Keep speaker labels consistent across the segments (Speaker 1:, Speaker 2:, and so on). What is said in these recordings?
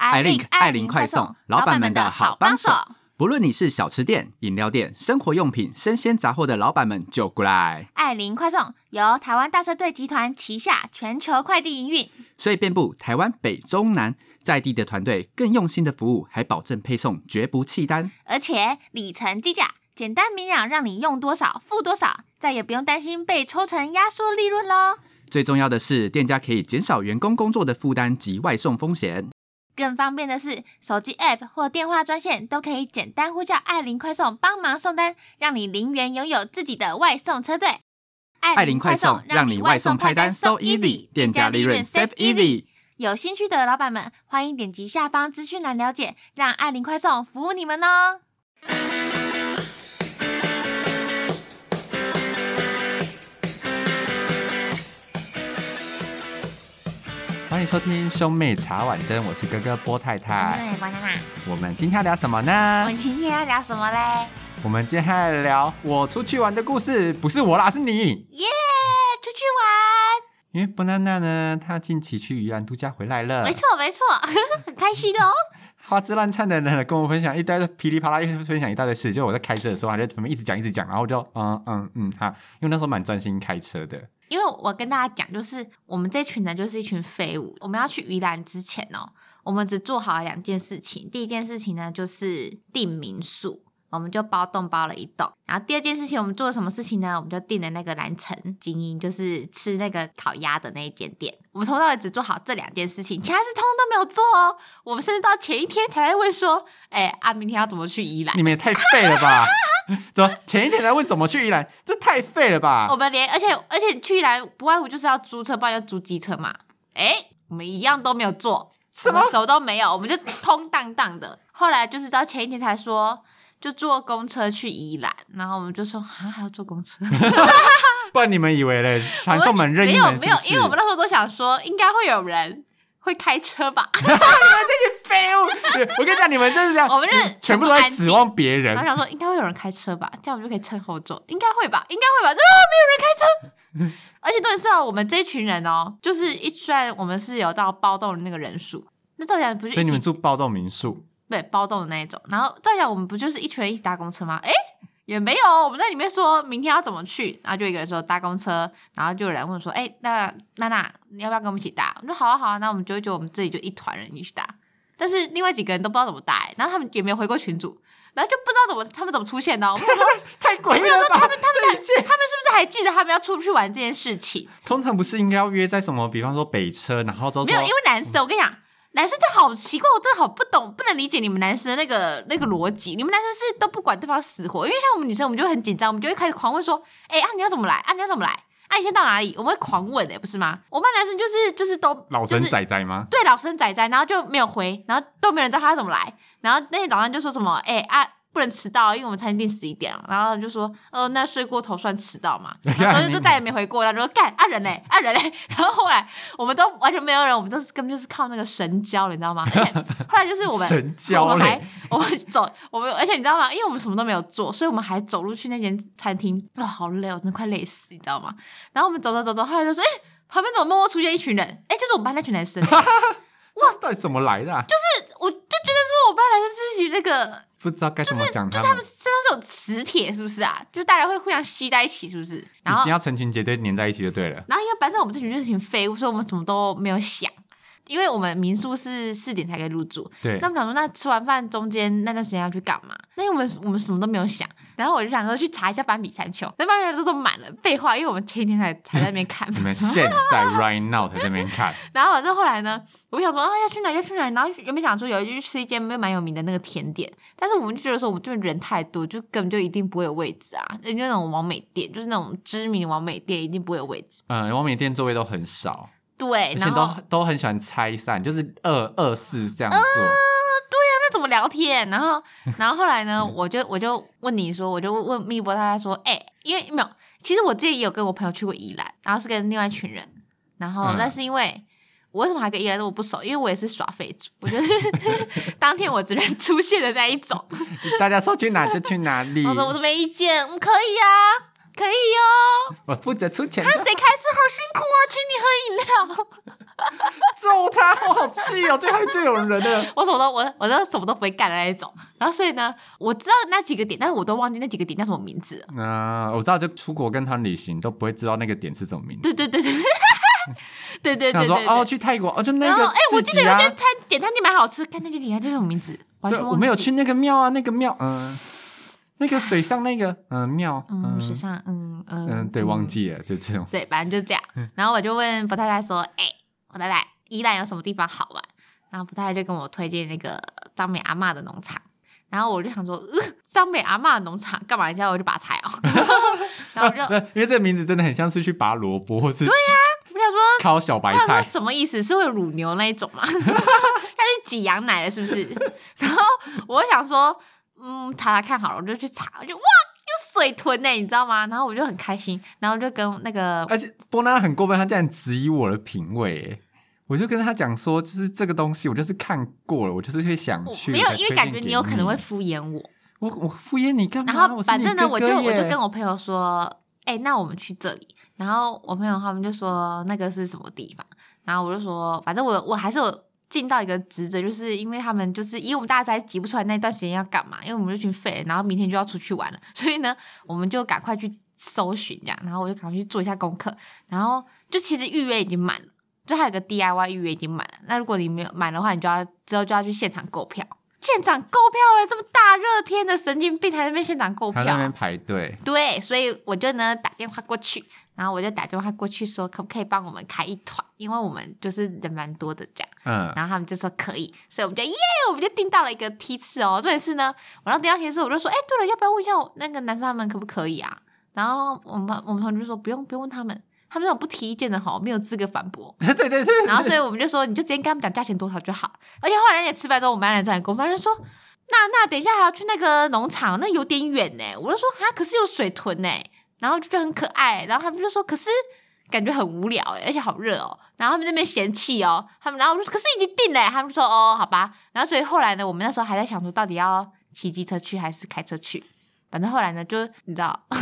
Speaker 1: 艾
Speaker 2: 琳
Speaker 1: 琳艾琳快送，老板们的好帮手。
Speaker 2: 不论你是小吃店、饮料店、生活用品、生鲜杂货的老板们，就过来。
Speaker 1: 艾琳快送由台湾大车队集团旗下全球快递营运，
Speaker 2: 所以遍布台湾北中南，在地的团队更用心的服务，还保证配送绝不弃单。
Speaker 1: 而且里程计价，简单明了，让你用多少付多少，再也不用担心被抽成压缩利润喽。
Speaker 2: 最重要的是，店家可以减少员工工作的负担及外送风险。
Speaker 1: 更方便的是，手机 App 或电话专线都可以简单呼叫艾琳快送帮忙送单，让你零元拥有自己的外送车队。
Speaker 2: 艾琳快送让你外送派单 so easy，店家利润 save easy。
Speaker 1: 有兴趣的老板们，欢迎点击下方资讯栏了解，让艾琳快送服务你们哦。
Speaker 2: 欢迎收听兄妹茶碗蒸，我是哥哥波太太。
Speaker 1: 对，王娜娜，
Speaker 2: 我们今天要聊什么
Speaker 1: 我
Speaker 2: 呢？
Speaker 1: 们今天要聊什么嘞？哎
Speaker 2: 我们今天来聊我出去玩的故事，不是我啦，是你。
Speaker 1: 耶、出去玩，
Speaker 2: 因为波娜娜呢，她近期去宜兰度假回来了
Speaker 1: 没，错没错， 很开心的哦。
Speaker 2: 花枝乱颤的呢，跟我分享一堆噼里啪啦，一分享一大堆事。就我在开车的时候，她就旁边一直讲一直讲，然后我就嗯嗯嗯哈，因为那时候蛮专心开车的。
Speaker 1: 因为我跟大家讲，就是我们这群人就是一群废物。我们要去宜兰之前哦，我们只做好了两件事情。第一件事情呢，就是订民宿，我们就包栋包了一栋。然后第二件事情，我们做了什么事情呢？我们就订了那个蓝城精英，就是吃那个烤鸭的那一间店。我们从头到尾只做好这两件事情，其他事通通都没有做哦。我们甚至到前一天才来问说，哎、啊，明天要怎么去宜兰
Speaker 2: 你？们也太废了吧！ 怎么前一天才问怎么去宜兰，这太废了吧
Speaker 1: 我！们连而且而且去宜兰不外乎就是要租车，不然就租机车嘛。哎、我们一样都没有做，
Speaker 2: 什么
Speaker 1: 我们手都没有，我们就空荡荡的。后来就是到前一天才说，就坐公车去宜兰，然后我们就说啊，还要坐公 车？
Speaker 2: 不然你们以为嘞，传送门任意
Speaker 1: 没有
Speaker 2: 门是
Speaker 1: 没
Speaker 2: 不
Speaker 1: 有，
Speaker 2: 是？
Speaker 1: 因为我们那时候都想说，应该会有人会开车吧。
Speaker 2: 废物！我跟你讲，你们就是这样，
Speaker 1: 我们就是
Speaker 2: 你全部都在指望别人
Speaker 1: 然后。想说，应该会有人开车吧，这样我们就可以趁后座，应该会吧，应该会吧。啊，没有人开 车，而且重点是哦，我们这一群人哦，就是一虽然我们是有到包栋的那个人数，那照讲不是
Speaker 2: 所
Speaker 1: 一
Speaker 2: 以你
Speaker 1: 起
Speaker 2: 们住暴动民宿，
Speaker 1: 对包栋的那一种，然后照讲我们不就是一群人一起搭公车吗？诶，也没有哦，我们在里面说明天要怎么去，然后就一个人说搭公车，然后就有人问说，诶，那娜娜你要不要跟我们一起搭？我们说好啊好啊，那我们就会觉得我们自己就一团人一起去搭，但是另外几个人都不知道怎么搭、诶然后他们也没有回过群组，然后就不知道怎么他们怎么出现的哦、我们想说
Speaker 2: 太诡异了吧！他们他们
Speaker 1: 他们是不是还记得他们要出去玩这件事情？
Speaker 3: 通常不是应该要约在什么，比方说北车，然后之后
Speaker 1: 没有，因为男生，我跟你讲，男生就好奇怪，我真的好不懂，不能理解你们男生的那个那个逻辑。你们男生是都不管对方死活，因为像我们女生，我们就会很紧张，我们就会开始狂问说：“哎、啊，你要怎么来？啊，你要怎么来？啊，你先到哪里？”我们会狂问、哎，不是吗？我们班男生就是就是都
Speaker 3: 老
Speaker 1: 就
Speaker 3: 人
Speaker 1: 是
Speaker 3: 仔仔吗？
Speaker 1: 对老生仔仔，然后就没有回，然后都没有人知道他怎么来。然后那天早上就说什么，哎、啊，不能迟到，因为我们餐厅定十一点了。然后就说，呃，那睡过头算迟到 嘛？然后就就再也没回过。然后就说干啊人嘞啊人嘞。 然后后来我们都完全没有人，我们都是根本就是靠那个神交，你知道吗？而且后来就是我们
Speaker 3: 神交
Speaker 1: 我们还
Speaker 3: 嘞
Speaker 1: 我们走，我们而且你知道吗？因为我们什么都没有做，所以我们还走路去那间餐厅，哇、好累哦，我真的快累死，你知道吗？然后我们走走走走，后来就说，哎、旁边怎么默默出现一群人？哎、就是我们班那群男生、
Speaker 3: 哇，到底怎么来的啊、
Speaker 1: 我就觉得说，我班男生是一群那个，
Speaker 3: 不知道该怎么讲
Speaker 1: 就是
Speaker 3: 们，
Speaker 1: 他们身上是有磁铁，是不是啊？就大家会互相吸在一起，是不是？然
Speaker 3: 一
Speaker 1: 后
Speaker 3: 定，要成群结队粘在一起就对了。
Speaker 1: 然后因为反正我们这群就是群废物，所以我们什么都没有想。因为我们民宿是四点才可以入住，
Speaker 3: 对
Speaker 1: 那，我们想说，那吃完饭中间那段时间要去干嘛？那因为我们我们什么都没有想，然后我就想说去查一下斑比山丘，那斑比山丘都满了。废话，因为我们前一天才才在那边看
Speaker 3: 你们现在 right now 在这边看，
Speaker 1: 然后反正后来呢，我就想说啊要去哪要去哪，然后原本想说有一是一间蛮有名的那个甜点，但是我们就觉得说我们这边人太多，就根本就一定不会有位置啊，就那种王美店，就是那种知名的王美店一定不会有位置。
Speaker 3: 嗯，王美店座位都很少，
Speaker 1: 对，
Speaker 3: 而且
Speaker 1: 哎然后
Speaker 3: 都都很喜欢拆散，就是二二四这样做。
Speaker 1: 啊那怎么聊天？然后，然后后来呢？我就我就问你说，我就问密博他说，哎、因为没有，其实我之前也有跟我朋友去过宜兰，然后是跟另外一群人，然后、
Speaker 3: 嗯
Speaker 1: 但是因为我为什么还跟宜兰我不熟？因为我也是耍废族，我就是 当天我只能出现的那一种。
Speaker 3: 大家说去哪就去哪里，
Speaker 1: 我说我都没意见，嗯，可以啊，可以哦。
Speaker 3: 我负责出钱。
Speaker 1: 哦那谁开车好辛苦啊，请你喝饮料。
Speaker 2: 揍他！我好气哦，这还这种人呢。
Speaker 1: 我什么都我我都什么都不会干的那一种。然后所以呢，我知道那几个点，但是我都忘记那几个点叫什么名字了。
Speaker 2: 那、啊我知道，就出国跟他旅行都不会知道那个点是什么名字。
Speaker 1: 对对对对，对对对
Speaker 2: 想
Speaker 1: 对
Speaker 2: 说
Speaker 1: 对。
Speaker 2: 哦，去泰国哦，就那
Speaker 1: 然
Speaker 2: 个
Speaker 1: 后哎、我记
Speaker 2: 市
Speaker 1: 得
Speaker 2: 集
Speaker 1: 有
Speaker 2: 啊
Speaker 1: 一间餐点餐店蛮好吃，看那间点餐叫什么名字？完
Speaker 2: 对，
Speaker 1: 全忘
Speaker 2: 我
Speaker 1: 记
Speaker 2: 没有去。那个庙啊，那个庙， 嗯、那个水上那个，嗯、庙，
Speaker 1: 嗯，
Speaker 2: 嗯
Speaker 1: 学上，嗯嗯
Speaker 2: 嗯，对，忘。记了，就这种。
Speaker 1: 对，反正就这
Speaker 2: 嗯
Speaker 1: 样。然后我就问博太太说：“哎、博太太，宜兰有什么地方好玩？”然后博太太就跟我推荐那个张美阿嬷的农场。然后我就想说，呃，张美阿嬷的农场干嘛？人家我就把它拆 哦。然后啊我就
Speaker 2: 那 因为这个名字真的很像是去拔萝卜，或是
Speaker 1: 我想说，
Speaker 2: 烤小白
Speaker 1: 我想说
Speaker 2: 菜，
Speaker 1: 什么意思？是会乳牛那一种吗？要 去挤羊奶了是不是？然后我想说，嗯，查查看好了，我就去查，我就哇，有水豚呢、你知道吗？然后我就很开心，然后就跟那个
Speaker 2: 而且波娜很过分，他竟然质疑我的品味。哎我就跟他讲说，就是这个东西，我就是看过了，我就是会想
Speaker 1: 我
Speaker 2: 去。
Speaker 1: 没有
Speaker 2: 才，
Speaker 1: 因为
Speaker 2: 推
Speaker 1: 感
Speaker 2: 荐
Speaker 1: 觉
Speaker 2: 给
Speaker 1: 你有可能会
Speaker 2: 你
Speaker 1: 敷衍我。
Speaker 2: 我我敷衍你干嘛？
Speaker 1: 然后
Speaker 2: 我是
Speaker 1: 反
Speaker 2: 你
Speaker 1: 正呢，
Speaker 2: 哥
Speaker 1: 我就
Speaker 2: 哥
Speaker 1: 我就
Speaker 2: 耶
Speaker 1: 跟我朋友说，哎、那我们去这里。然后我朋友他们就说那个是什么地方，然后我就说，反正我我还是有尽到一个职责，就是因为他们就是因为我们大家才挤不出来那段时间要干嘛，因为我们这群废人，然后明天就要出去玩了，所以呢，我们就赶快去搜寻这样，然后我就赶快去做一下功课，然后就其实预约已经满了，就还有个 DIY 预约已经满了，那如果你没有满的话，你就要之后就要去现场购票。现场购票哎、这么大热天的神经病，还在那边现场购
Speaker 2: 还在那边
Speaker 1: 票。
Speaker 2: 排队。
Speaker 1: 对，所以我就呢打电话过去，然后我就打电话过去说，可不可以帮我们开一团？因为我们就是人蛮多的这样。
Speaker 2: 嗯，。
Speaker 1: 然后他们就说可以，所以我们就耶，我们就订到了一个梯次哦。重点是呢，我到订到梯次，我就说，哎，对了，要不要问一下我那个男生他们可不可以啊？然后我们我们同学就说不用不用问他们，他们那种不提意见的哈，没有资格反驳
Speaker 2: 对对对对。
Speaker 1: 然后所以我们就说，你就直接跟他们讲价钱多少就好。而且后来那天吃饭之后，我们班男生很过分，他就说。那那等一下还要去那个农场，那有点远呢。我就说哈，可是有水豚呢，然后就觉得很可爱。然后他们就说，可是感觉很无聊哎，而且好热哦。然后他们这边嫌弃哦，他们然后我就说可是已经定了耶，他们说哦好吧。然后所以后来呢，我们那时候还在想说到底要骑机车去还是开车去。反正后来呢，就你知道，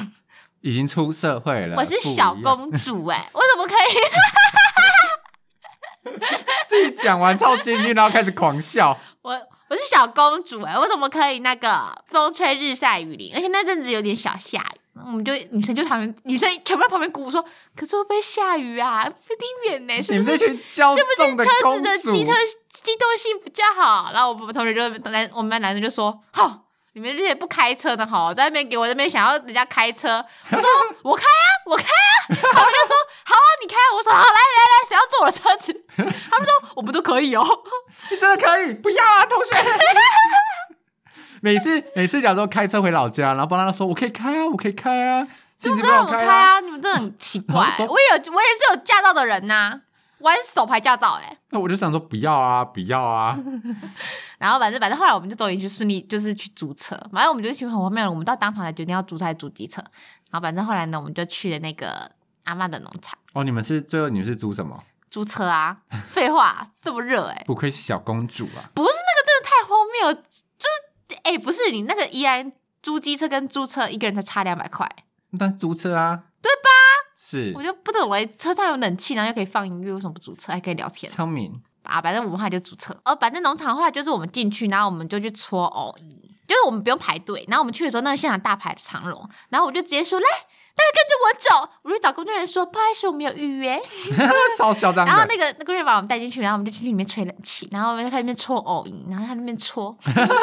Speaker 2: 已经出社会了。
Speaker 1: 我是
Speaker 2: 啊不一
Speaker 1: 小
Speaker 2: 样，
Speaker 1: 公主哎、我怎么可以？
Speaker 2: 自己讲完超心虚，然后开始狂笑。
Speaker 1: 我我是小公主哎、我怎么可以那个风吹日晒雨淋？而且那阵子有点小下雨，我们就女生就旁边，女生全部在旁边鼓舞说，可是会不会下雨啊？有点远呢、 是
Speaker 2: 你
Speaker 1: 不
Speaker 2: 们
Speaker 1: 是？
Speaker 2: 这群骄
Speaker 1: 是不是
Speaker 2: 纵
Speaker 1: 车子
Speaker 2: 公
Speaker 1: 的
Speaker 2: 主，
Speaker 1: 机车机动性比较好？然后我们同学就男我们班男生就说：“吼，你们这些不开车的吼，在那边给我那边想要人家开车。”我说：“ 我开啊，我开啊。”他们就说：“好啊，你开啊。”我说：“好，来来来，谁要坐我的车子？”他们说：“我们都可以哦。
Speaker 2: 你真的可以不要啊，同学。 每次每次假如说开车回老家，然后帮他说我可以开啊，我可以开啊，”
Speaker 1: 你
Speaker 2: 禁
Speaker 1: 们
Speaker 2: 止
Speaker 1: 不让
Speaker 2: 不让
Speaker 1: 我
Speaker 2: 我
Speaker 1: 开
Speaker 2: 啊。
Speaker 1: 啊！你们真的很奇怪、
Speaker 2: 然后说
Speaker 1: 我也有，我也是有驾照的人呐、玩手牌驾照哎、
Speaker 2: 那我就想说不要啊，不要啊。
Speaker 1: 然后反正反正后来我们就终于去顺利就是去租车，反正我们就去很荒谬了，我们到当场才决定要租车还是租机车。然后反正后来呢，我们就去了那个阿嬷的农场
Speaker 2: 哦，你们是最后你们是租什么？
Speaker 1: 租车啊，废话，这么热哎、
Speaker 2: 不愧是小公主啊！
Speaker 1: 不是那个真的太荒谬，就是哎、不是你那个依然租机车跟租车一个人才差两百块，
Speaker 2: 但是租车啊，对吧？是
Speaker 1: 我就不懂哎，车上有冷气，然后又可以放音乐，为什么不租车还可以聊天？
Speaker 2: 聪明，
Speaker 1: 啊，反正我们后来就注册。哦，反正农场的话就是我们进去，然后我们就去搓藕衣，就是我们不用排队。然后我们去的时候，那个现场大排长龙，然后我就直接说来。大家跟着我走，我就找工作人员说，不好意思，我没有预约。
Speaker 2: 超嚣张
Speaker 1: 然后
Speaker 2: 的。
Speaker 1: 那个那工作人员把我们带进去，然后我们就进去里面吹冷气，然后我们就开始那边搓藕饮，然后他那边 搓，然后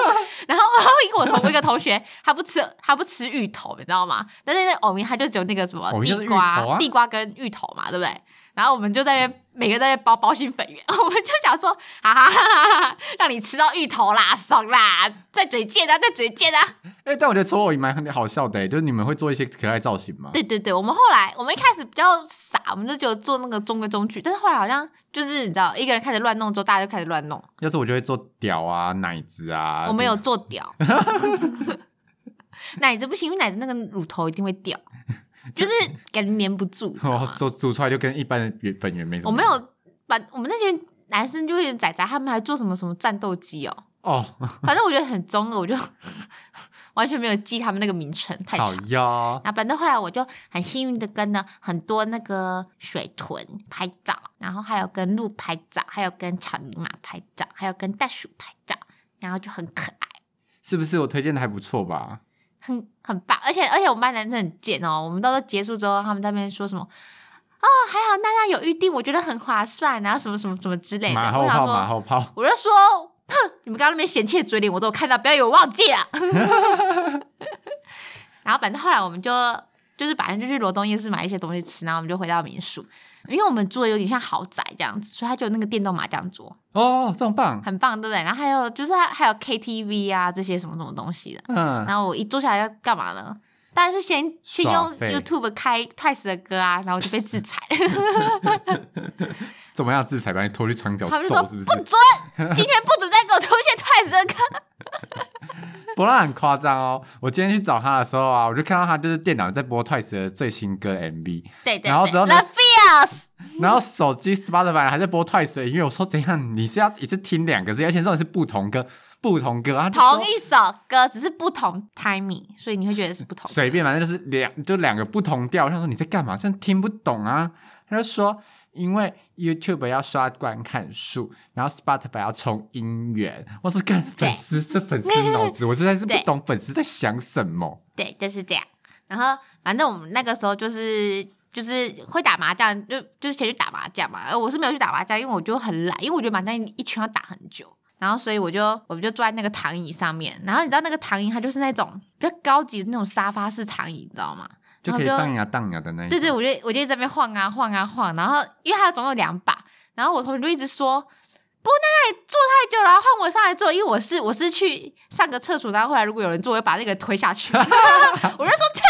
Speaker 1: 然后一个我同我一个同学，他不吃他不吃芋头，你知道吗？但是那藕饮他就只有那个什么
Speaker 2: 藕饮就是
Speaker 1: 地
Speaker 2: 芋
Speaker 1: 瓜、
Speaker 2: 头啊嗯
Speaker 1: 地瓜跟芋头嘛，对不对？然后我们就在那边每个人在那边包包心粉圆， 我们就想说，哈哈哈哈哈，让你吃到芋头啦，爽啦，再嘴贱啊，再嘴贱啊！
Speaker 2: 哎、但我觉得搓我也蛮好笑的、欸就是你们会做一些可爱造型吗？
Speaker 1: 对对对，我们后来我们一开始比较傻，我们就只有做那个中规中矩，但是后来好像就是你知道，一个人开始乱弄之后，大家就开始乱弄。
Speaker 2: 要是我就会做屌啊、奶子啊。
Speaker 1: 我们
Speaker 2: 这
Speaker 1: 有
Speaker 2: 种
Speaker 1: 做掉， 奶子不行，因为奶子那个乳头一定会 掉，就是感觉粘不住。你知道
Speaker 2: 哦
Speaker 1: 吗，
Speaker 2: 做煮出来就跟一般的原本源没什么。
Speaker 1: 我没有把我们那些男生就是仔仔，他们还做什么什么战斗机哦，
Speaker 2: 哦，
Speaker 1: 反正我觉得很中二，我就 完全没有记他们那个名称，太
Speaker 2: 好
Speaker 1: 长。
Speaker 2: 哟，
Speaker 1: 啊，反正后来我就很幸运的跟了很多那个水豚拍照，然后还有跟鹿拍照，还有跟草泥马拍照，还有跟袋鼠拍照，然后就很可爱，
Speaker 2: 是不是我推荐的还不错吧？
Speaker 1: 很很棒。而且而且我们班男生很贱哦，我们到时候结束之后，他们在那边说什么哦，还好娜娜有预定，我觉得很划算，然后什么什么什么之类的。
Speaker 2: 马
Speaker 1: 我
Speaker 2: 后
Speaker 1: 想
Speaker 2: 炮，
Speaker 1: 说，
Speaker 2: 马后炮，
Speaker 1: 我就说，哼，你们刚刚那边嫌弃的嘴脸我都有看到，不要以为我忘记了。 然后反正后来我们就就是反正就去罗东夜市买一些东西吃，然后我们就回到民宿，因为我们住的有点像豪宅这样子，所以它就有那个电动麻将桌，
Speaker 2: 哦，这种棒，
Speaker 1: 很棒，对不对？然后还有就是它还有 KTV 啊这些什么什么东西的。
Speaker 2: 嗯，
Speaker 1: 然后我一坐下来要干嘛呢？当然是先去
Speaker 2: 耍
Speaker 1: 用
Speaker 2: 废
Speaker 1: YouTube 开 Twice 的歌啊，然后我就被制 裁 了。
Speaker 2: 怎么样制裁把你拖去床角
Speaker 1: 他们就说
Speaker 2: 揍是不
Speaker 1: 不
Speaker 2: 是？
Speaker 1: 准，今天不准再给我出现 Twice 的歌。
Speaker 2: 波浪很夸张哦！我今天去找他的时候啊，我就看到他就是电脑在播 Twice 的最新歌的 MV，
Speaker 1: 对对对
Speaker 2: 然后之后呢
Speaker 1: The Fears。
Speaker 2: 然后手机 Spotify 还在播 Twice 的音乐。我说怎样？你是要一次听两个字，而且这种是不同歌，不同歌啊，他就说
Speaker 1: 同一首歌，只是不同 timing，所以你会觉得是不同。
Speaker 2: 随便，反正就是两就两个不同调。他说你在干嘛？真的听不懂啊！他就说因为 YouTube 要刷观看数，然后 Spotify 要冲音源。我是干
Speaker 1: 对
Speaker 2: 粉丝，这粉丝脑子，我真的是不
Speaker 1: 对
Speaker 2: 懂粉丝在想什么。
Speaker 1: 对，就是这样。然后反正我们那个时候就是就是会打麻将，就就是前去打麻将嘛。呃而我是没有去打麻将，因为我就很懒，因为我觉得麻将一圈要打很久。然后，所以我就我们就坐在那个躺椅上面，然后你知道那个躺椅它就是那种比较高级的那种沙发式躺椅，你知道吗？
Speaker 2: 就
Speaker 1: 然后
Speaker 2: 可以
Speaker 1: 就
Speaker 2: 荡呀荡呀的那一
Speaker 1: 对对，
Speaker 2: 种
Speaker 1: 我就我就一直在那边晃啊晃啊晃，然后因为它总共有两把，然后我同学就一直说，不，那里坐太久了，换我上来坐，因为我是我是去上个厕所，然后后来如果有人坐，我就把那个人推下 去， 我就说这是我的位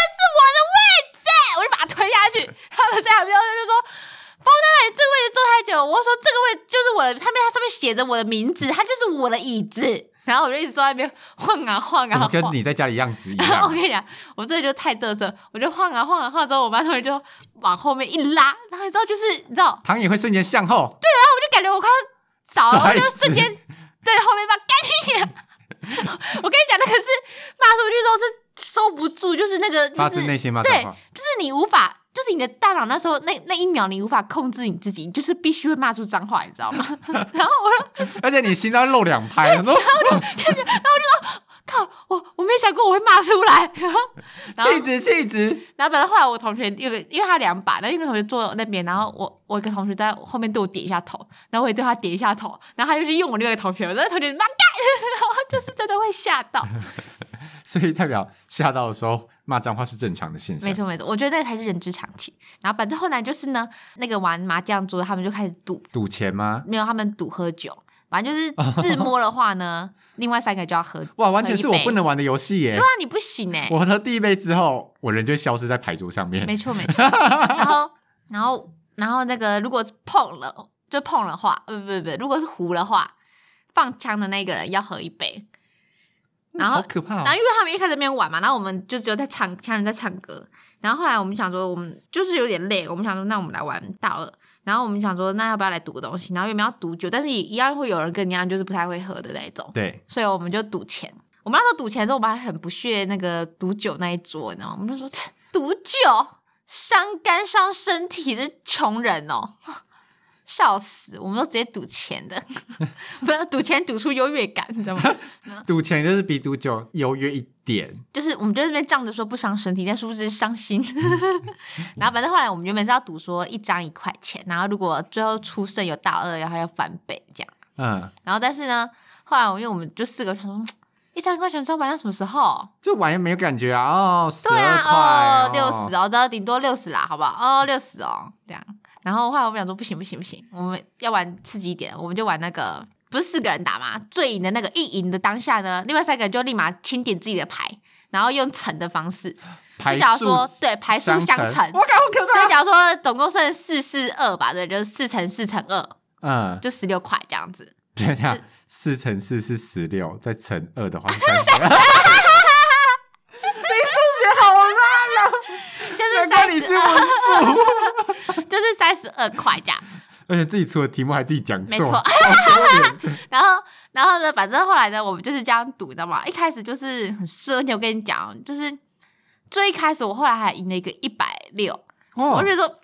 Speaker 1: 置，我就把他推下去， 他们下面就说。包娜娜，你这个位置坐太久，我就说这个位置就是我的，他面它上面写着我的名字，它就是我的椅子，然后我就一直坐在那边晃啊晃啊
Speaker 2: 怎么
Speaker 1: 晃，
Speaker 2: 跟你在家里样子一
Speaker 1: 然后
Speaker 2: 样
Speaker 1: 我？跟你讲，我这就太嘚瑟，我就晃啊晃啊晃之后，我班同学就往后面一拉，然后你知道就是你知道，
Speaker 2: 躺椅会瞬间向后，
Speaker 1: 我就感觉我快要倒了，我
Speaker 2: 摔
Speaker 1: 就
Speaker 2: 死
Speaker 1: 瞬间对后面把干你娘！我跟你讲，那个是骂出去之后是收不住，就是那个
Speaker 2: 发
Speaker 1: 就
Speaker 2: 自
Speaker 1: 是
Speaker 2: 内心骂脏
Speaker 1: 对，
Speaker 2: 话。
Speaker 1: 就是你无法，就是你的大脑那时候那那一秒你无法控制你自己，你就是必须会骂出脏话，你知道吗？然后我就
Speaker 2: 而且你心脏漏两拍，然后
Speaker 1: 靠，我我没想过我会骂出来，然后然后
Speaker 2: 气质气质，
Speaker 1: 然后反正后来我同学有个，因为他有两把，然后一个同学坐那边，然后我我一个同学在后面对我点一下头，然后我也对他点一下头，然后他就是用我另外一个同学，我那个同学妈干， 然后就是真的会吓到。
Speaker 2: 所以代表吓到的时候骂脏话是正常的现象。
Speaker 1: 没错没错，我觉得那才是人之常情。然后反正后来就是呢，那个玩麻将桌他们就开始赌，
Speaker 2: 赌钱吗？
Speaker 1: 没有他们赌喝酒，反正就是自摸的话呢，另外三个就要喝。
Speaker 2: 哇，完全
Speaker 1: 喝一
Speaker 2: 是我
Speaker 1: 杯
Speaker 2: 不能玩的游戏耶
Speaker 1: 对！啊，你不行 哎、
Speaker 2: 我喝第一杯之后，我人就消失在牌桌上面。
Speaker 1: 没错没错。然后然后然后那个如果是碰了就碰了话，呃不不不，如果是胡的话，放枪的那个人要喝一杯。然后
Speaker 2: 好可怕、
Speaker 1: 然后
Speaker 2: 哦！
Speaker 1: 因为他们一开始在那边玩嘛，然后我们就只有在唱，其他人在唱歌。然后后来我们想说，我们就是有点累，我们想说，那我们来玩大二。然后我们想说，那要不要来赌个东西？然后原本要赌酒，但是也一样会有人跟你一样，就是不太会喝的那一种。
Speaker 2: 对，
Speaker 1: 所以我们就赌钱。我们那时候赌钱的时候，我们还很不屑那个赌酒那一桌，你知道吗？我们就说切赌酒伤肝伤身体，这穷人哦， 笑死！我们都直接赌钱的， 不要赌钱赌出优越感，你知道吗？
Speaker 2: 赌钱就是比赌酒优越一点。
Speaker 1: 就是我们就在那边仗着说不伤身体，但殊不知伤心。 然后反正后来我们原本是要赌说一张一块钱，然后如果最后出胜有大二，然后要翻倍这样。
Speaker 2: 嗯，
Speaker 1: 然后但是呢，后来我因为我们就四个人想说，嗯一张一块钱是要玩到什么时候？
Speaker 2: 就玩也没有感觉啊！哦，十
Speaker 1: 对
Speaker 2: 二
Speaker 1: 啊，哦，
Speaker 2: 块
Speaker 1: 六十哦，这顶多六十啦，好不好？哦，六十哦，这样。然后后来我们想说，不行不行不行，我们要玩刺激一点，我们就玩那个不是四个人打嘛，最赢的那个一赢的当下呢，另外三个人就立马清点自己的牌，然后用乘的方式，
Speaker 2: 排
Speaker 1: 就假如
Speaker 2: 数
Speaker 1: 说对排数相
Speaker 2: 乘
Speaker 1: 乘
Speaker 2: 我靠，好 可
Speaker 1: 所以
Speaker 2: 怕！
Speaker 1: 假如说总共剩四四二吧，对，就是四乘四乘二，
Speaker 2: 嗯，
Speaker 1: 就十六块这样子。
Speaker 2: 对
Speaker 1: 就
Speaker 2: 呀，四乘四是十六，再乘二的 话是三十。
Speaker 1: 就是
Speaker 2: 难
Speaker 1: 三
Speaker 2: 怪你是
Speaker 1: 十
Speaker 2: 文
Speaker 1: 二，
Speaker 2: 组，
Speaker 1: 就是三十二块这样，
Speaker 2: 而且自己出的题目还自己讲错，
Speaker 1: 没
Speaker 2: 哦
Speaker 1: 错
Speaker 2: 好丢脸
Speaker 1: 然后，然后呢，反正后来呢，我们就是这样赌，你知道吗？一开始就是很顺，而且我跟你讲，哦就是最一开始我后来还赢了一个一百六，我
Speaker 2: 哦
Speaker 1: 就，说，我就觉得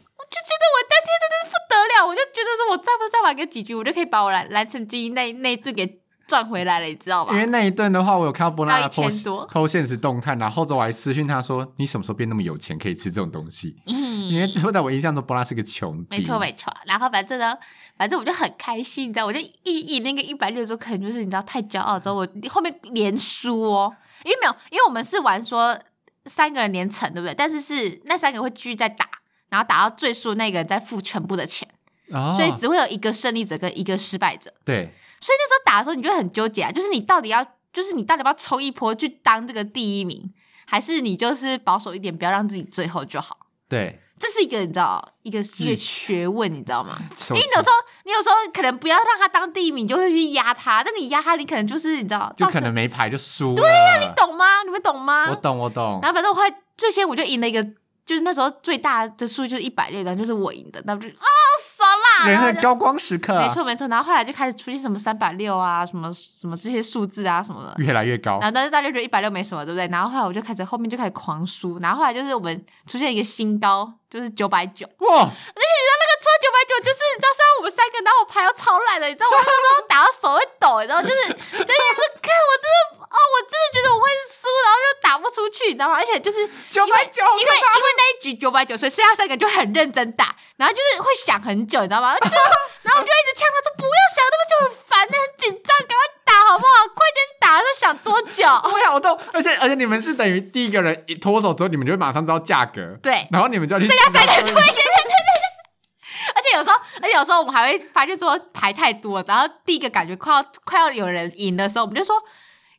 Speaker 1: 我当天真的是不得了，我就觉得说我再不再玩个几局，我就可以把我蓝蓝城精英那那一顿给赚回来了，你知道吗
Speaker 2: 因？为那一顿的话，我有看到波拉
Speaker 1: 要
Speaker 2: 的
Speaker 1: 一千
Speaker 2: po
Speaker 1: 多
Speaker 2: po 现实动态，然后后来我还私讯他说：“你什么时候变那么有钱，可以吃这种东西？”因为
Speaker 1: 嗯，
Speaker 2: 就在我印象中，波拉是个穷逼。
Speaker 1: 没错没错。然后反正呢，反正我就很开心，你知道，我就一赢那个一百六之后，可能就是你知道太骄傲之后，我后面连输哦，因为没有，因为我们是玩说三个人连乘，对不对？但是是那三个人会继续再打，然后打到最输的那个人再付全部的钱，
Speaker 2: 哦，
Speaker 1: 所以只会有一个胜利者跟一个失败者。
Speaker 2: 对，
Speaker 1: 所以那时候打的时候，你就会很纠结啊，就是你到底要，就是你到底要不要冲一波去当这个第一名，还是你就是保守一点，不要让自己最后就好。
Speaker 2: 对，
Speaker 1: 这是一个你知道一个
Speaker 2: 技
Speaker 1: 一个学问，你知道吗？因
Speaker 2: 因
Speaker 1: 为你有时候你有时候可能不要让他当第一名，你就会去压他，但你压他，你可能就是你知道，
Speaker 2: 就
Speaker 1: 造
Speaker 2: 可
Speaker 1: 成
Speaker 2: 能没牌就输。对呀，你
Speaker 1: 懂啊吗？你们懂吗？
Speaker 2: 我懂，我懂
Speaker 1: 然。后反正我后来最先我就赢了一个，就是那时候最大的数就是一百六，然后就是我赢的，那我就啊爽啦，
Speaker 2: 人
Speaker 1: 然后
Speaker 2: 生
Speaker 1: 就
Speaker 2: 的高啊光时刻，
Speaker 1: 没错没错，然后后来就开始出现什么三百六啊，什么什么这些数字啊 什么的。
Speaker 2: 越来越高
Speaker 1: 然。后但是大家就觉得一百六没什么，对不对？然后后来我就开始后面就开始狂输，然后后来就是我们出现一个新高，就是九百九。
Speaker 2: 哇，
Speaker 1: 那个出九百九就是你知道，虽然我们三个，然后我牌又超烂的，你知道，我那个时候打到手会抖，你知道，就是就是你不看我真的哦，我真的觉得我会输，然后就打不出去，你知道吗？而且就是
Speaker 2: 九百九，
Speaker 1: 因为因为那一局九百九，所以剩下三个人就很认真打，然后就是会想很久，你知道吗？然后就然后我就一直呛他说不要想那么久，很烦的，很紧张，赶快打好不好？快点打，他说想多久？
Speaker 2: 我好动，而且而且你们是等于第一个人一脱手之后，你们就会马上知道价格，
Speaker 1: 对
Speaker 2: 然后你们就要去
Speaker 1: 剩下三个人就会给。 而且有时候，而且有时候我们还会发现说牌太多，然后第一个感觉快要快要有人赢的时候，我们就说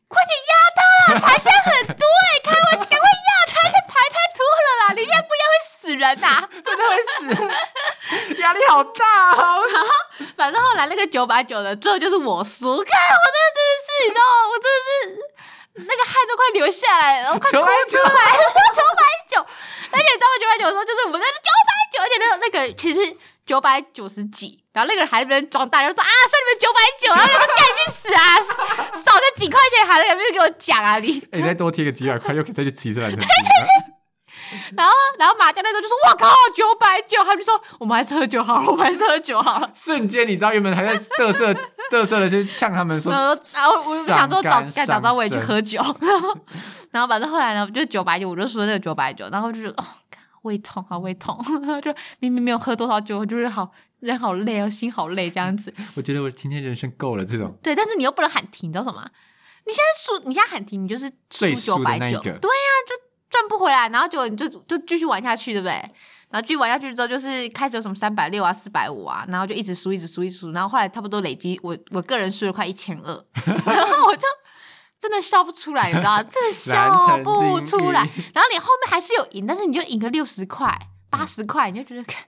Speaker 1: 快点压他啦，牌现在很多哎、开玩笑，赶快压他，这牌太多了啦，你现在不压会死人啊呐、
Speaker 2: 真的会死，嗯压力好大哦。
Speaker 1: 反正后来那个九百九的，最后就是我输，看我真的真的是，你知道吗？我真的是。那个汗都快流下来了，我快哭出来了。
Speaker 2: 990
Speaker 1: 九百九，而且你知道九百九的时候，就是我们在九百九，而且那个那个其实九百九十几，然后那个人还在那边装大，就说啊，算你们九百九，然后就说干去死啊，少个几块钱还在那边给我讲啊你。
Speaker 2: 哎，你再多贴个几百块，又可以再去骑一次蓝灯。
Speaker 1: 然后然后麻将那时候就说，我靠，九百九，他们就说我们还是喝酒好了，我们还是喝酒好了。
Speaker 2: 瞬间，你知道原本还在嘚瑟嘚瑟的去呛他们说，
Speaker 1: 然后，然后我就想说早
Speaker 2: 上
Speaker 1: 该
Speaker 2: 干
Speaker 1: 早知道我也去
Speaker 2: 上身
Speaker 1: 喝酒，然后， 然后反正后来呢，就九百九，我就说那个九百九，然后就觉得哦，干胃痛啊，胃痛， 就明明没有喝多少酒，我就是好人好累哦，心好累这样子。
Speaker 2: 我觉得我今天人生够了这种。
Speaker 1: 对，但是你又不能喊停，你知道什么吗？你现在输，你现在喊停，你就是输
Speaker 2: 最
Speaker 1: 九
Speaker 2: 输
Speaker 1: 百
Speaker 2: 的那一
Speaker 1: 九，
Speaker 2: 个
Speaker 1: 对呀、就赚不回来，然后结果你就就继续玩下去，对不对？然后继续玩下去之后，就是开始有什么三百六啊、四百五啊，然后就一直输，一直输，一直输，然后后来差不多累积，我我个人输了快一千 二，然后我就真的笑不出来，你知道吗，真的笑
Speaker 2: 蓝
Speaker 1: 不
Speaker 2: 城精
Speaker 1: 出来
Speaker 2: 英。
Speaker 1: 然后你后面还是有赢，但是你就赢个六十块、
Speaker 2: 嗯
Speaker 1: 八十块，你就觉得。 看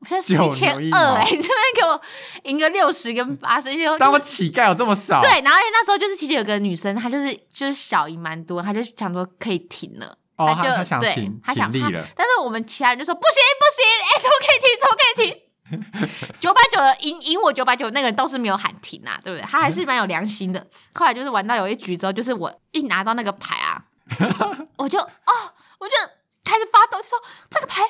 Speaker 1: 我现在输一
Speaker 2: 九牛
Speaker 1: 千
Speaker 2: 一毛
Speaker 1: 二哎，你这边给我赢个六十跟八十，就
Speaker 2: 当我乞丐有这么少？
Speaker 1: 对，然后那时候就是其实有个女生，她就是就是小赢蛮多，她就想说可以停了。
Speaker 2: 哦，
Speaker 1: 他
Speaker 2: 他
Speaker 1: 就
Speaker 2: 他想
Speaker 1: 对
Speaker 2: 停
Speaker 1: 他想
Speaker 2: 停
Speaker 1: 他
Speaker 2: 力了，
Speaker 1: 但是我们其他人就说不行不行，哎、 怎么可以停？怎么可以停？ 九百九的赢赢我九百九，那个人倒是没有喊停啊，对不对？他还是蛮有良心的。后来就是玩到有一局之后，就是我一拿到那个牌 啊，我就哦，我就开始发抖，就说这个牌。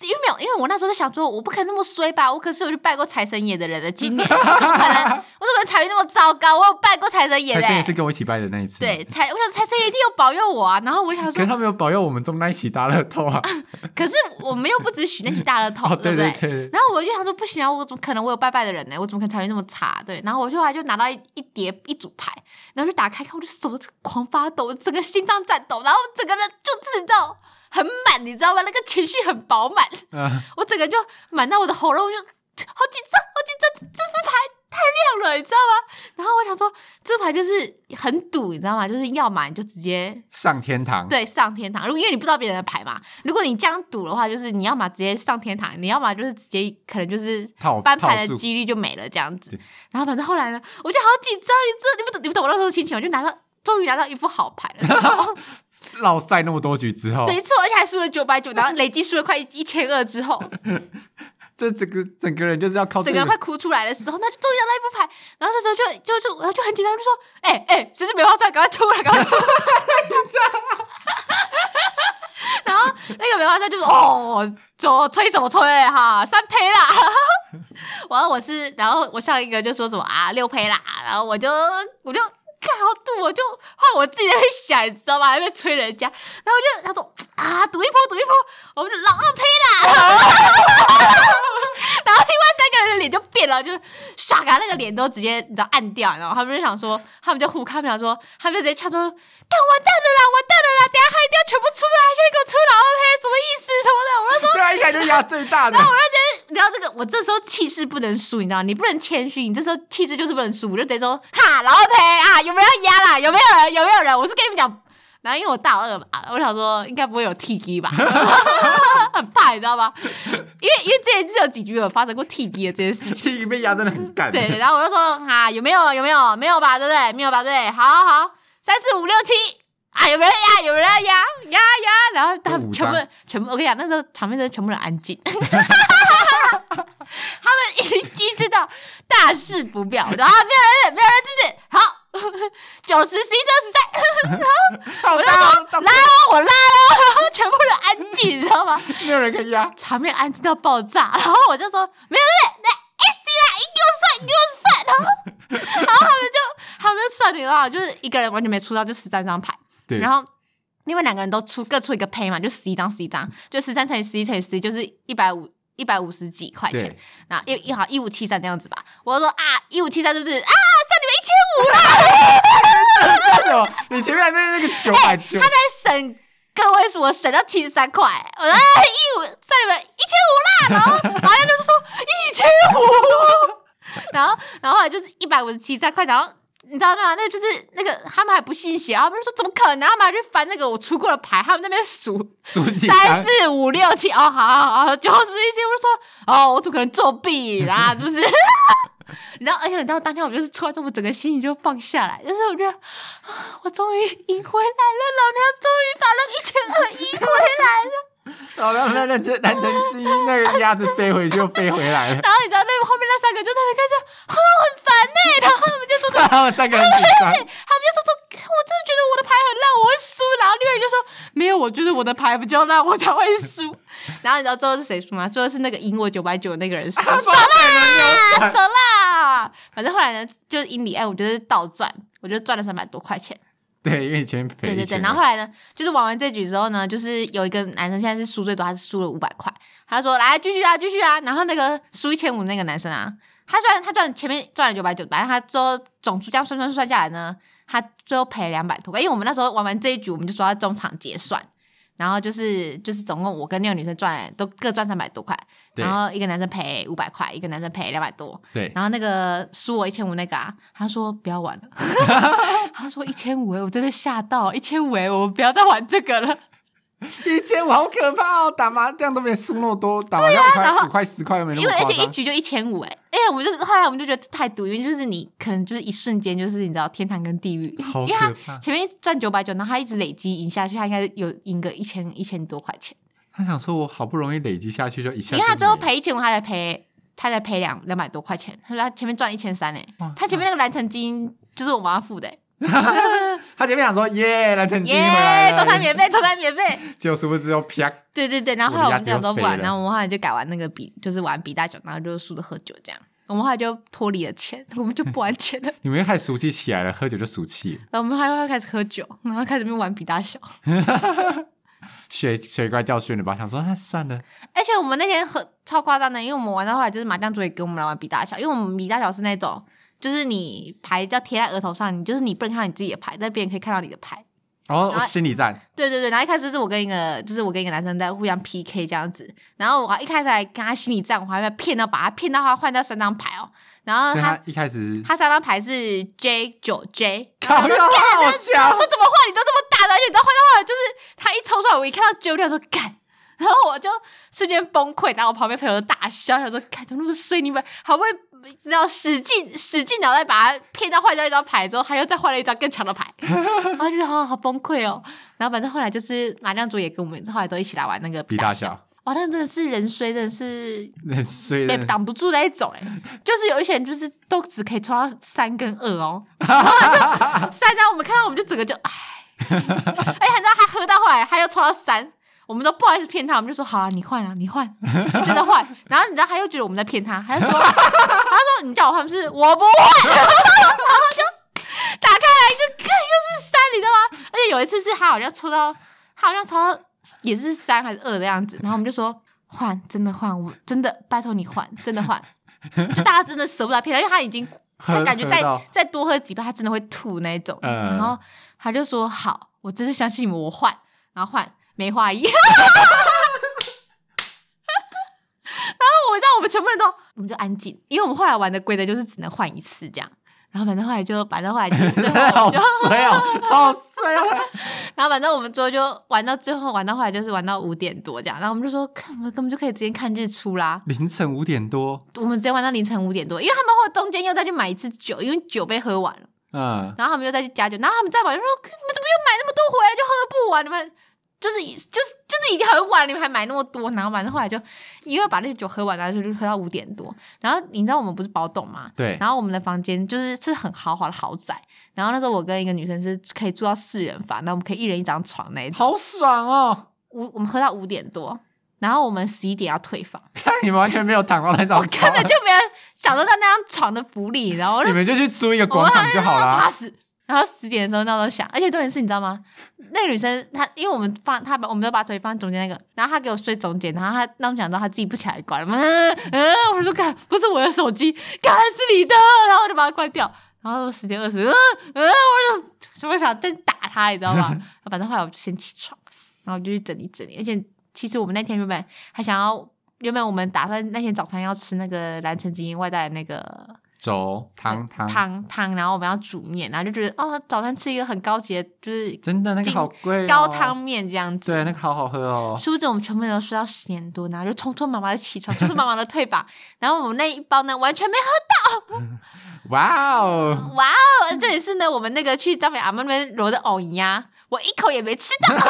Speaker 1: 因为没有，因为我那时候就想说，我不可能那么衰吧，我可是有去拜过财神爷的人的，今年怎么可能？我怎 么可能财运那么糟糕？我有拜过财神爷
Speaker 2: 他
Speaker 1: 的、
Speaker 2: 真
Speaker 1: 欸
Speaker 2: 的是，跟我一起拜的那一次。
Speaker 1: 对，，财我想财神爷一定有保佑我啊。然后我想
Speaker 2: 可
Speaker 1: 说
Speaker 2: 是，他没有保佑我们中那一起大乐透啊！
Speaker 1: 可是我们又不只许那起大乐透，
Speaker 2: 哦，
Speaker 1: 对
Speaker 2: 对
Speaker 1: 不嗯对？
Speaker 2: 对，
Speaker 1: 然后我就想说不行啊，我怎么可能我有拜拜的人呢？我怎么可能财运那么差？对，然后我就后来就拿到一一叠一组牌，然后就打开看，我就手狂发抖，我整个心脏颤抖，然后整个人就是你知道很满，你知道吗？那个情绪很饱满，
Speaker 2: 嗯，
Speaker 1: 我整个就满到我的喉咙，我就好紧张，好紧张，这这副牌太亮了，你知道吗？然后我想说这副牌就是很赌，你知道吗？就是要么你就直接
Speaker 2: 上天堂。
Speaker 1: 对，上天堂。如果因为你不知道别人的牌嘛，如果你这样赌的话，就是你要么直接上天堂，你要么就是直接可能就是
Speaker 2: 套
Speaker 1: 翻牌
Speaker 2: 哦套
Speaker 1: 的
Speaker 2: 住
Speaker 1: 几率就没了这样子
Speaker 2: 对。
Speaker 1: 然后反正后来呢，我就好紧张，你知道你不懂你不懂我那时候心情，我就拿到终于拿到一副好牌了， 哦
Speaker 2: 绕赛那么多局之后，
Speaker 1: 没错，而且还输了九百九，然后累计输了快一千二之后，
Speaker 2: 这整个整个人就是要靠
Speaker 1: 整
Speaker 2: 这
Speaker 1: 个人
Speaker 2: 个
Speaker 1: 快哭出来的时候，那就终于想到一副牌，然后这时候就就就我就很紧张，就说：“哎、哎、谁是梅花扇？赶快出来，赶快出来！” 然后那个梅花扇就说：“哦，就吹什么吹哈，三胚啦。” 然后我是，然后我上一个就说什么啊六胚啦，然后我就我就看好赌，我就换我自己在那边想，你知道吗？还在那边吹人家，然后我就他说啊赌一波赌一波，我们就老二胚啦。然后另外三个人的脸就变了，就是唰，嘎那个脸都直接你知道暗掉，然后他们就想说，他们就互看，他们想说，他们就直接呛说，干完蛋了啦，完蛋了啦，等一下他一定要全部出来，现在给我出老二胚，什么意思什么的，我就说。
Speaker 2: 对啊，一开始就压最 大的
Speaker 1: 然，后我就觉得，你知道这个，我这时候气势不能输，你知道，你不能谦虚，你这时候气势就是不能输，我就直接说，哈，老二胚啊，有没有要压啦？有没有人？有没有人？我是跟你们讲，然后因为我大老二嘛，我想说应该不会有 T G 吧， 很怕你知道吗？因为因为之前是有几局有发生过 T G 的这件事情。
Speaker 2: 第一被压真的很干。
Speaker 1: 对， 然后我就说啊，有没有有没有没有吧，对不对？没有吧，对不对，好好好，三四五六七啊，有没有人压？有没有人压压压？然后他们
Speaker 2: 五
Speaker 1: 全部
Speaker 2: 张
Speaker 1: 全部，我跟你讲，那时候场面真的全部人安静， 他们已经意识到大事不妙，然后没有人，没有人，是不是？好。九十 C 三十
Speaker 2: 好
Speaker 1: 我就
Speaker 2: 大
Speaker 1: 说
Speaker 2: 哦，大
Speaker 1: 三，拉喽，我拉喽，然后 全部人安静，你知道吗？
Speaker 2: 没有人可以压。
Speaker 1: 场面安静到爆炸， 然后我就说没有对不对？那 S C 啦，一给我算，一给我 算，然后然后他们就他们就算你了，啊就是一个人完全没出到就十三张牌，
Speaker 2: 对，
Speaker 1: 然后另外两个人都出各出一个胚嘛，就十一张十一张，
Speaker 2: 嗯
Speaker 1: 就十三乘以十一乘以十一就是一百五。一百五十几块钱
Speaker 2: 对，
Speaker 1: 然后一一好一五七三这样子吧，我就说啊一五七三是不是啊算你们一千五啦？
Speaker 2: 真的哦，你前面还在那个九百九
Speaker 1: 哎他，在省个位数，我省到七十三块，我说哎一五算你们一千五啦，然后然后他就说一千五，然后然后后来就是一百五十七三块，然后。你知道吗？那就是那个他们还不信邪，他们就说怎么可能？他们还去翻那个我出过的牌，他们在那边数，
Speaker 2: 数几
Speaker 1: 三
Speaker 2: 张，
Speaker 1: 四五六七，哦，好好好，就是一些，我就说，哦，我怎么可能作弊啦？是不是？ 你知道，而且你知道，当天我就是突然，我整个心情就放下来，就是我觉得，啊我终于赢回来了，老娘终于把那一千二赢回来了。
Speaker 2: 老娘那那这南城之一那个鸭子飞回去又飞回来了，
Speaker 1: 然后你知道，那个后面那三个就在那边看着，啊，很烦呢、然后他们就说说，
Speaker 2: 他们三个人紧张，
Speaker 1: 他们就说说，我真的觉得我的牌很烂，我会输。然后另外一个就说，没有，我觉得我的牌比较烂，我才会输。 然后你知道最后是谁输吗？最后是那个赢我九百九的那个人输。
Speaker 2: 他们三
Speaker 1: 啊，手啦！反正后来呢，就是英里哎，我就是倒赚，我就赚了三百多块钱。
Speaker 2: 个人对，因为你前面赔
Speaker 1: 对对对，
Speaker 2: 钱
Speaker 1: 然后后来呢，就是玩完这局之后呢，就是有一个男生现在是输最多，他是输了五百块。他说：“来，继续啊，继续啊。”然后那个输一千五那个男生啊，他赚他赚前面赚了九百九，反正他最后总数这样算算算下来呢，他最后赔了两百多块。因为我们那时候玩完这一局，我们就说要中场结算，然后就是就是总共我跟那个女生赚都各赚三百多块，
Speaker 2: 对
Speaker 1: 然后一个男生赔五百块，一个男生赔两百多，
Speaker 2: 对，
Speaker 1: 然后那个输我一千五那个啊，他说不要玩了，他说一千五哎，我真的吓到一千五哎，我们不要再玩这个了。
Speaker 2: 一千五好可怕哦，打麻将都没输那么多，打麻将五
Speaker 1: 啊然后
Speaker 2: 块五块十块又没那
Speaker 1: 因为
Speaker 2: 么
Speaker 1: 而
Speaker 2: 夸
Speaker 1: 且一
Speaker 2: 张，
Speaker 1: 局就一千五哎，哎呀，我们就后来我们就觉得太赌，因为就是你可能就是一瞬间就是你知道天堂跟地狱，
Speaker 2: 好
Speaker 1: 因为他
Speaker 2: 可怕。
Speaker 1: 前面赚九百九，然后他一直累积赢下去，他应该有赢个一千一千多块钱，
Speaker 2: 他想说，我好不容易累积下去，就一下，
Speaker 1: 因为他最后，赔一千五，他才赔他才赔两两百多块钱，他说他前面赚一千三哎
Speaker 2: 哇，
Speaker 1: 他前面那个蓝城基因就是我妈付的哎，
Speaker 2: 他前面想说耶，蓝城金回来
Speaker 1: 耶，中餐
Speaker 2: 了，
Speaker 1: 免费，中餐免费。
Speaker 2: 结果殊不知又啪，
Speaker 1: 对对对，然后后来
Speaker 2: 我
Speaker 1: 我们
Speaker 2: 的鸭子
Speaker 1: 这样都不
Speaker 2: 又
Speaker 1: 玩，
Speaker 2: 飞了
Speaker 1: 然后我们后来就改玩那个比，就是玩比大小，然后就输着喝酒这样。我们后来就脱离了钱， 我们就不玩钱了，
Speaker 2: 你们又开始熟悉起来了，喝酒就熟气了，
Speaker 1: 然后我们还会开始喝酒，然后开始变玩比大小。
Speaker 2: 学学乖教训了吧？想说那算了，
Speaker 1: 而且我们那天喝超夸张的，因为我们玩到后来就是麻将桌也给我们来玩比大小，因为我们比大小是那种，就是你牌要贴在额头上，你就是你不能看到你自己的牌，但别人可以看到你的牌。
Speaker 2: 然后
Speaker 1: 然后
Speaker 2: 心理战，
Speaker 1: 对对对，然后一开始是我跟一个，就是我跟一个男生在互相 PK 这样子，然后我还一开始还跟他心理战，我还被骗到把他骗到他换掉三张牌哦，然后
Speaker 2: 所以
Speaker 1: 他
Speaker 2: 他一开始
Speaker 1: 他三张牌是 J 九 J，
Speaker 2: 靠腰好强
Speaker 1: 我，怎么换你都这么大的，而且你知道换到后来就是他一抽出来，我一看到 J，我就想说干。然后我就瞬间崩溃，然后我旁边朋友都大笑，想说：“干，怎么那么衰？你们好不容易知道使劲使劲脑袋把他骗到换掉一张牌之后，他又再换了一张更强的牌， 然后就觉得好好崩溃哦。然后反正后来就是麻将组也跟我们后来都一起来玩那个
Speaker 2: 比
Speaker 1: 大
Speaker 2: 大小，
Speaker 1: 哇，那真的是人衰，真的是
Speaker 2: 人虽
Speaker 1: 被
Speaker 2: 然
Speaker 1: 挡不住那一种哎、就是有一些人就是都只可以抽到三跟二哦， 然后他就三然后我们看到我们就整个就唉，而且你知道他喝到后来他又抽到三，我们都不好意思骗他，我们就说好了，你换啊，你换，你真的换。然后你知道他又觉得我们在骗他，他就说他说你叫我换是我不换， 然后就打开来就看又是三，你知道吗？而且有一次是他好像抽到他好像抽到也是三还是二的样子，然后我们就说。换，真的换，我真的拜托你换，真的换。就大家真的舍不得骗他，因为他已经他
Speaker 2: 喝
Speaker 1: 感觉
Speaker 2: 喝
Speaker 1: 再
Speaker 2: 到
Speaker 1: 再多喝几杯，他真的会吐那一种。
Speaker 2: 嗯
Speaker 1: 然后他就说：“好，我真是相信你们，我换。”然后换梅花一。然后我知道我们全部人都，我们就安静，因为我们后来玩的规则就是只能换一次这样。然后反正后来就，反正后来就最
Speaker 2: 真
Speaker 1: 后
Speaker 2: 的
Speaker 1: 我
Speaker 2: 好
Speaker 1: 们 就，
Speaker 2: 衰 哦，好衰哦。
Speaker 1: 然后反正我们最后就玩到最后，玩到后来就是玩到五点多这样。然后我们就说，看我们根本就可以直接看日出啦。
Speaker 2: 凌晨五点多，
Speaker 1: 我们直接玩到凌晨五点多，因为他们后中间又再去买一次酒，因为酒被喝完了，
Speaker 2: 嗯，
Speaker 1: 然后他们又再去加酒，然后他们再买，就说你们怎么又买那么多回来就喝不完？你们就是就是就是已经很晚了，你们还买那么多，然后反正后来就因为把那些酒喝完，然后就喝到五点多。然后你知道我们不是包栋吗？
Speaker 2: 对，
Speaker 1: 然后我们的房间就是是很豪华的豪宅，然后那时候我跟一个女生是可以住到四人房，那我们可以一人一张床那一种。
Speaker 2: 好爽哦！
Speaker 1: 五我们喝到五点多，然后我们十一点要退房，
Speaker 2: 看你们完全没有躺到那
Speaker 1: 我
Speaker 2: 张
Speaker 1: 根
Speaker 2: 床，
Speaker 1: 本就没有享受到那张床的福利，然后我就
Speaker 2: 你们就去租一个广场就好
Speaker 1: 怕
Speaker 2: 啦。
Speaker 1: 死。然后十点的时候闹钟响，而且重点是你知道吗？那个女生她因为我们放她把我们都把手机放在中间那个，然后她给我睡中间，然后她闹钟响之后她自己不起来关，嗯嗯，我说看不是我的手机，看是你的，然后我就把它关掉，然后十点二十，嗯嗯，我就什么想再打她，你知道 吗？反正后来我就先起床，然后我就去整理整理，而且其实我们那天原本还想要，原本我们打算那天早餐要吃那个蓝城精英外带的那个
Speaker 2: 粥汤汤，
Speaker 1: 汤汤，然后我们要煮面，然后就觉得哦，早餐吃一个很高级的，就是
Speaker 2: 真的那个
Speaker 1: 进
Speaker 2: 好贵哦，
Speaker 1: 高汤面这样子。
Speaker 2: 对，那个好好喝哦。
Speaker 1: 殊不知我们全部人都睡到十点多，然后就匆匆忙忙的起 床，匆匆忙忙的退房，然后我们那一包呢完全没喝
Speaker 2: 哇哦，
Speaker 1: 到。哇哦， 这也是呢我们那个去张美阿妈那边揉的藕泥呀，我一口也没吃到。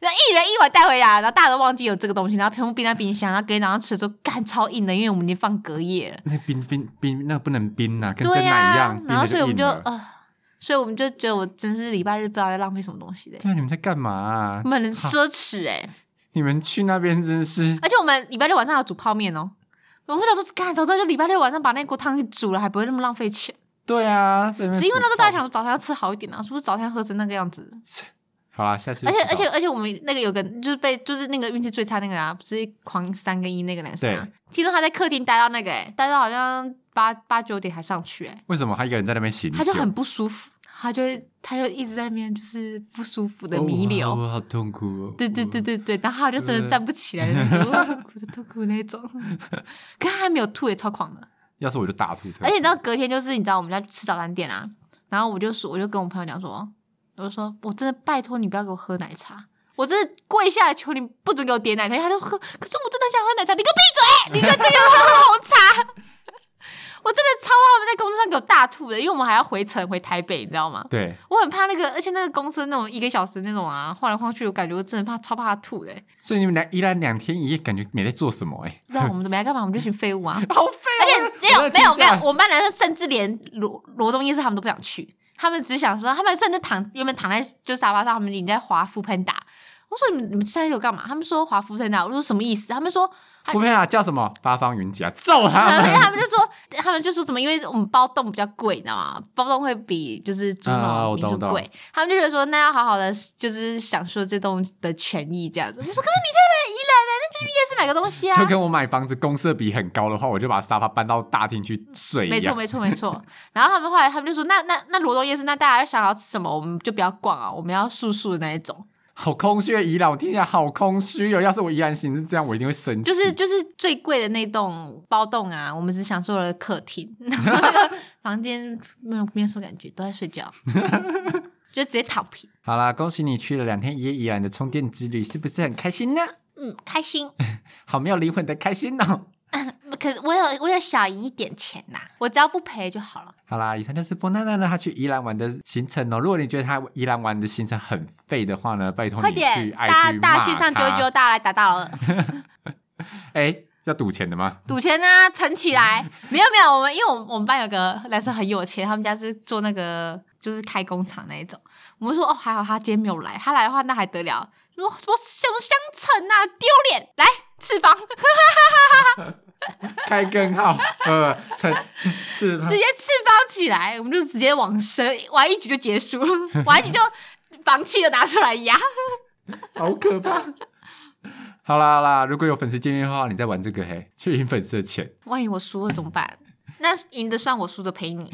Speaker 1: 然后一人一碗带回来，然后大家都忘记有这个东西，然后全部冰在冰箱，然后隔天早上吃的时候，干超硬的，因为我们已经放隔夜了。
Speaker 2: 那冰冰冰，那个不能冰呐，跟
Speaker 1: 对
Speaker 2: 真奶
Speaker 1: 呀、
Speaker 2: 一样，冰
Speaker 1: 然后
Speaker 2: 了
Speaker 1: 所以我们
Speaker 2: 硬
Speaker 1: 就
Speaker 2: 了。
Speaker 1: 呃，所以我们就觉得我真是礼拜日不知道在浪费什么东西的，
Speaker 2: 对啊，你们在干嘛啊
Speaker 1: 我？们很奢侈哎、
Speaker 2: 你们去那边真是
Speaker 1: 而且我们礼拜六晚上要煮泡面哦、我们想说，干，早知道就礼拜六晚上把那锅汤给煮了，还不会那么浪费钱。
Speaker 2: 对啊，只
Speaker 1: 只因为那时候大家想说早餐要吃好一点啊，是不是早餐喝成那个样子？
Speaker 2: 好啦，下次
Speaker 1: 而且
Speaker 2: 知道
Speaker 1: 而且而且我们那个有个就是被就是那个运气最差那个啊，不是狂三跟一那个男生啊，听说他在客厅待到那个哎、待到好像八八九点还上去哎、
Speaker 2: 为什么他一个人在那边醒酒，
Speaker 1: 他就很不舒服，他就会他就一直在那边就是不舒服的
Speaker 2: 哦
Speaker 1: 弥
Speaker 2: 我好
Speaker 1: 留。
Speaker 2: 我好痛苦哦。
Speaker 1: 对对对对对，然后他就真的
Speaker 2: 嗯
Speaker 1: 站不起来，那种哇痛苦的痛苦那种。 可是他还没有吐，也超狂的。
Speaker 2: 我，嗯要是我就大吐特吐。
Speaker 1: 而且你知道隔天就是你知道我们要去吃早餐店啊，然后我就说我就跟我朋友讲说，我就说我真的拜托你不要给我喝奶茶，我真的跪下来求你不准给我点奶茶。因为他就喝，可是我真的很想喝奶茶，你给我闭嘴，你给我这个喝红茶。 我真的超怕他们在公车上给我大吐的，因为我们还要回程回台北，你知道吗？
Speaker 2: 对，
Speaker 1: 我很怕那个，而且那个公车那种一个小时那种啊，晃来晃去，我感觉我真的怕超怕它吐的欸。
Speaker 2: 所以你们俩一来两天一夜，感觉没在做什么哎、
Speaker 1: 不知道我们都没来干嘛，我们就群废物啊！
Speaker 2: 好废
Speaker 1: 而且没有没有没有，
Speaker 2: 我
Speaker 1: 我们班男生甚至连罗罗东夜市他们都不想去，他们只想说，他们甚至躺原本躺在就沙发上，他们已经在划福喷打。我说你们你们现在有干嘛？他们说划福喷打，我说什么意思？他们说
Speaker 2: 福佩啊，叫什么？八方云集啊，揍他
Speaker 1: 然后
Speaker 2: 们！
Speaker 1: 他们就说，他们就说什么，因为我们包栋比较贵，你知道吗？包栋会比就是租那
Speaker 2: 啊
Speaker 1: 种
Speaker 2: 我
Speaker 1: 民
Speaker 2: 懂
Speaker 1: 宿
Speaker 2: 懂
Speaker 1: 贵，他们就觉得说，那要好好的就是享受这栋的权益这样子。我们说，可是你现在宜兰人，那就去夜市买个东西啊。
Speaker 2: 就跟我买房子公设比很高的话，我就把沙发搬到大厅去睡
Speaker 1: 没
Speaker 2: 一
Speaker 1: 错，
Speaker 2: 样。
Speaker 1: 没错，没错。然后他们后来他们就说，那那那罗东夜市，那大家想要吃什么，我们就不要逛啊，我们要素素的那一种，
Speaker 2: 好空虚的宜兰，我听起来好空虚哦。要是我宜兰行嗯是这样，我一定会生气。
Speaker 1: 就是就是最贵的那栋包栋啊，我们只享受了客 厅，然后那个房间没有没有什么感觉，都在睡 觉，就直接躺平。
Speaker 2: 好啦，恭喜你去了两天一夜宜兰的充电之旅，是不是很开心呢？
Speaker 1: 嗯，开心。
Speaker 2: 好没有灵魂的开心哦！
Speaker 1: 可是我有我有小赢一点钱呐、我只要不赔就好了。
Speaker 2: 好啦，以上就是波娜娜呢她去宜兰玩的行程哦。如果你觉得她宜兰玩的行程很废的话呢，拜托
Speaker 1: 快
Speaker 2: 哦你去 IG
Speaker 1: 点，大
Speaker 2: 骂
Speaker 1: 大续上
Speaker 2: 她
Speaker 1: 九九，大家来打大佬了，
Speaker 2: 哎、要赌钱的吗？
Speaker 1: 赌钱啊，存起来。 没有没有，我们因为我们我们班有个男生很有钱，他们家是做那个就是开工厂那一种。我们说哦，还好他今天没有来，他来的话那还得了？我我相相成啊，丢脸！来次 方，直
Speaker 2: 开根号， 呃，成是是吧，
Speaker 1: 接次方起来，我们就直接往生玩一局就结束， 玩一局就房契就拿出来压。
Speaker 2: 好可怕。好啦好啦，如果有粉丝见面的话，你再玩这个嘿，去赢粉丝的钱，
Speaker 1: 万一我输了怎么办？那赢的算我，输的赔你。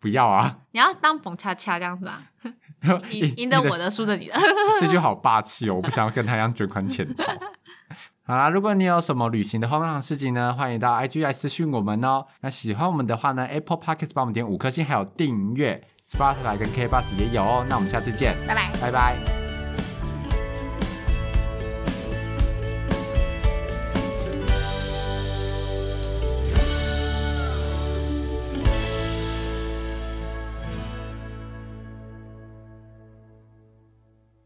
Speaker 2: 不要啊，
Speaker 1: 你要当蹦恰恰这样子啊？赢赢
Speaker 2: 你
Speaker 1: 的我的，输的你的。
Speaker 2: 这句好霸气哦！我不想要跟他一样卷款 潜逃。好啦，如果你有什么旅行的荒唐的事情呢，欢迎到 IG 来私讯我们哦。那喜欢我们的话呢，Apple Podcast 帮我们点五颗星，还有订阅，Spotify 跟 K Bus 也有哦。那我们下次见，
Speaker 1: 拜拜。
Speaker 2: 拜拜。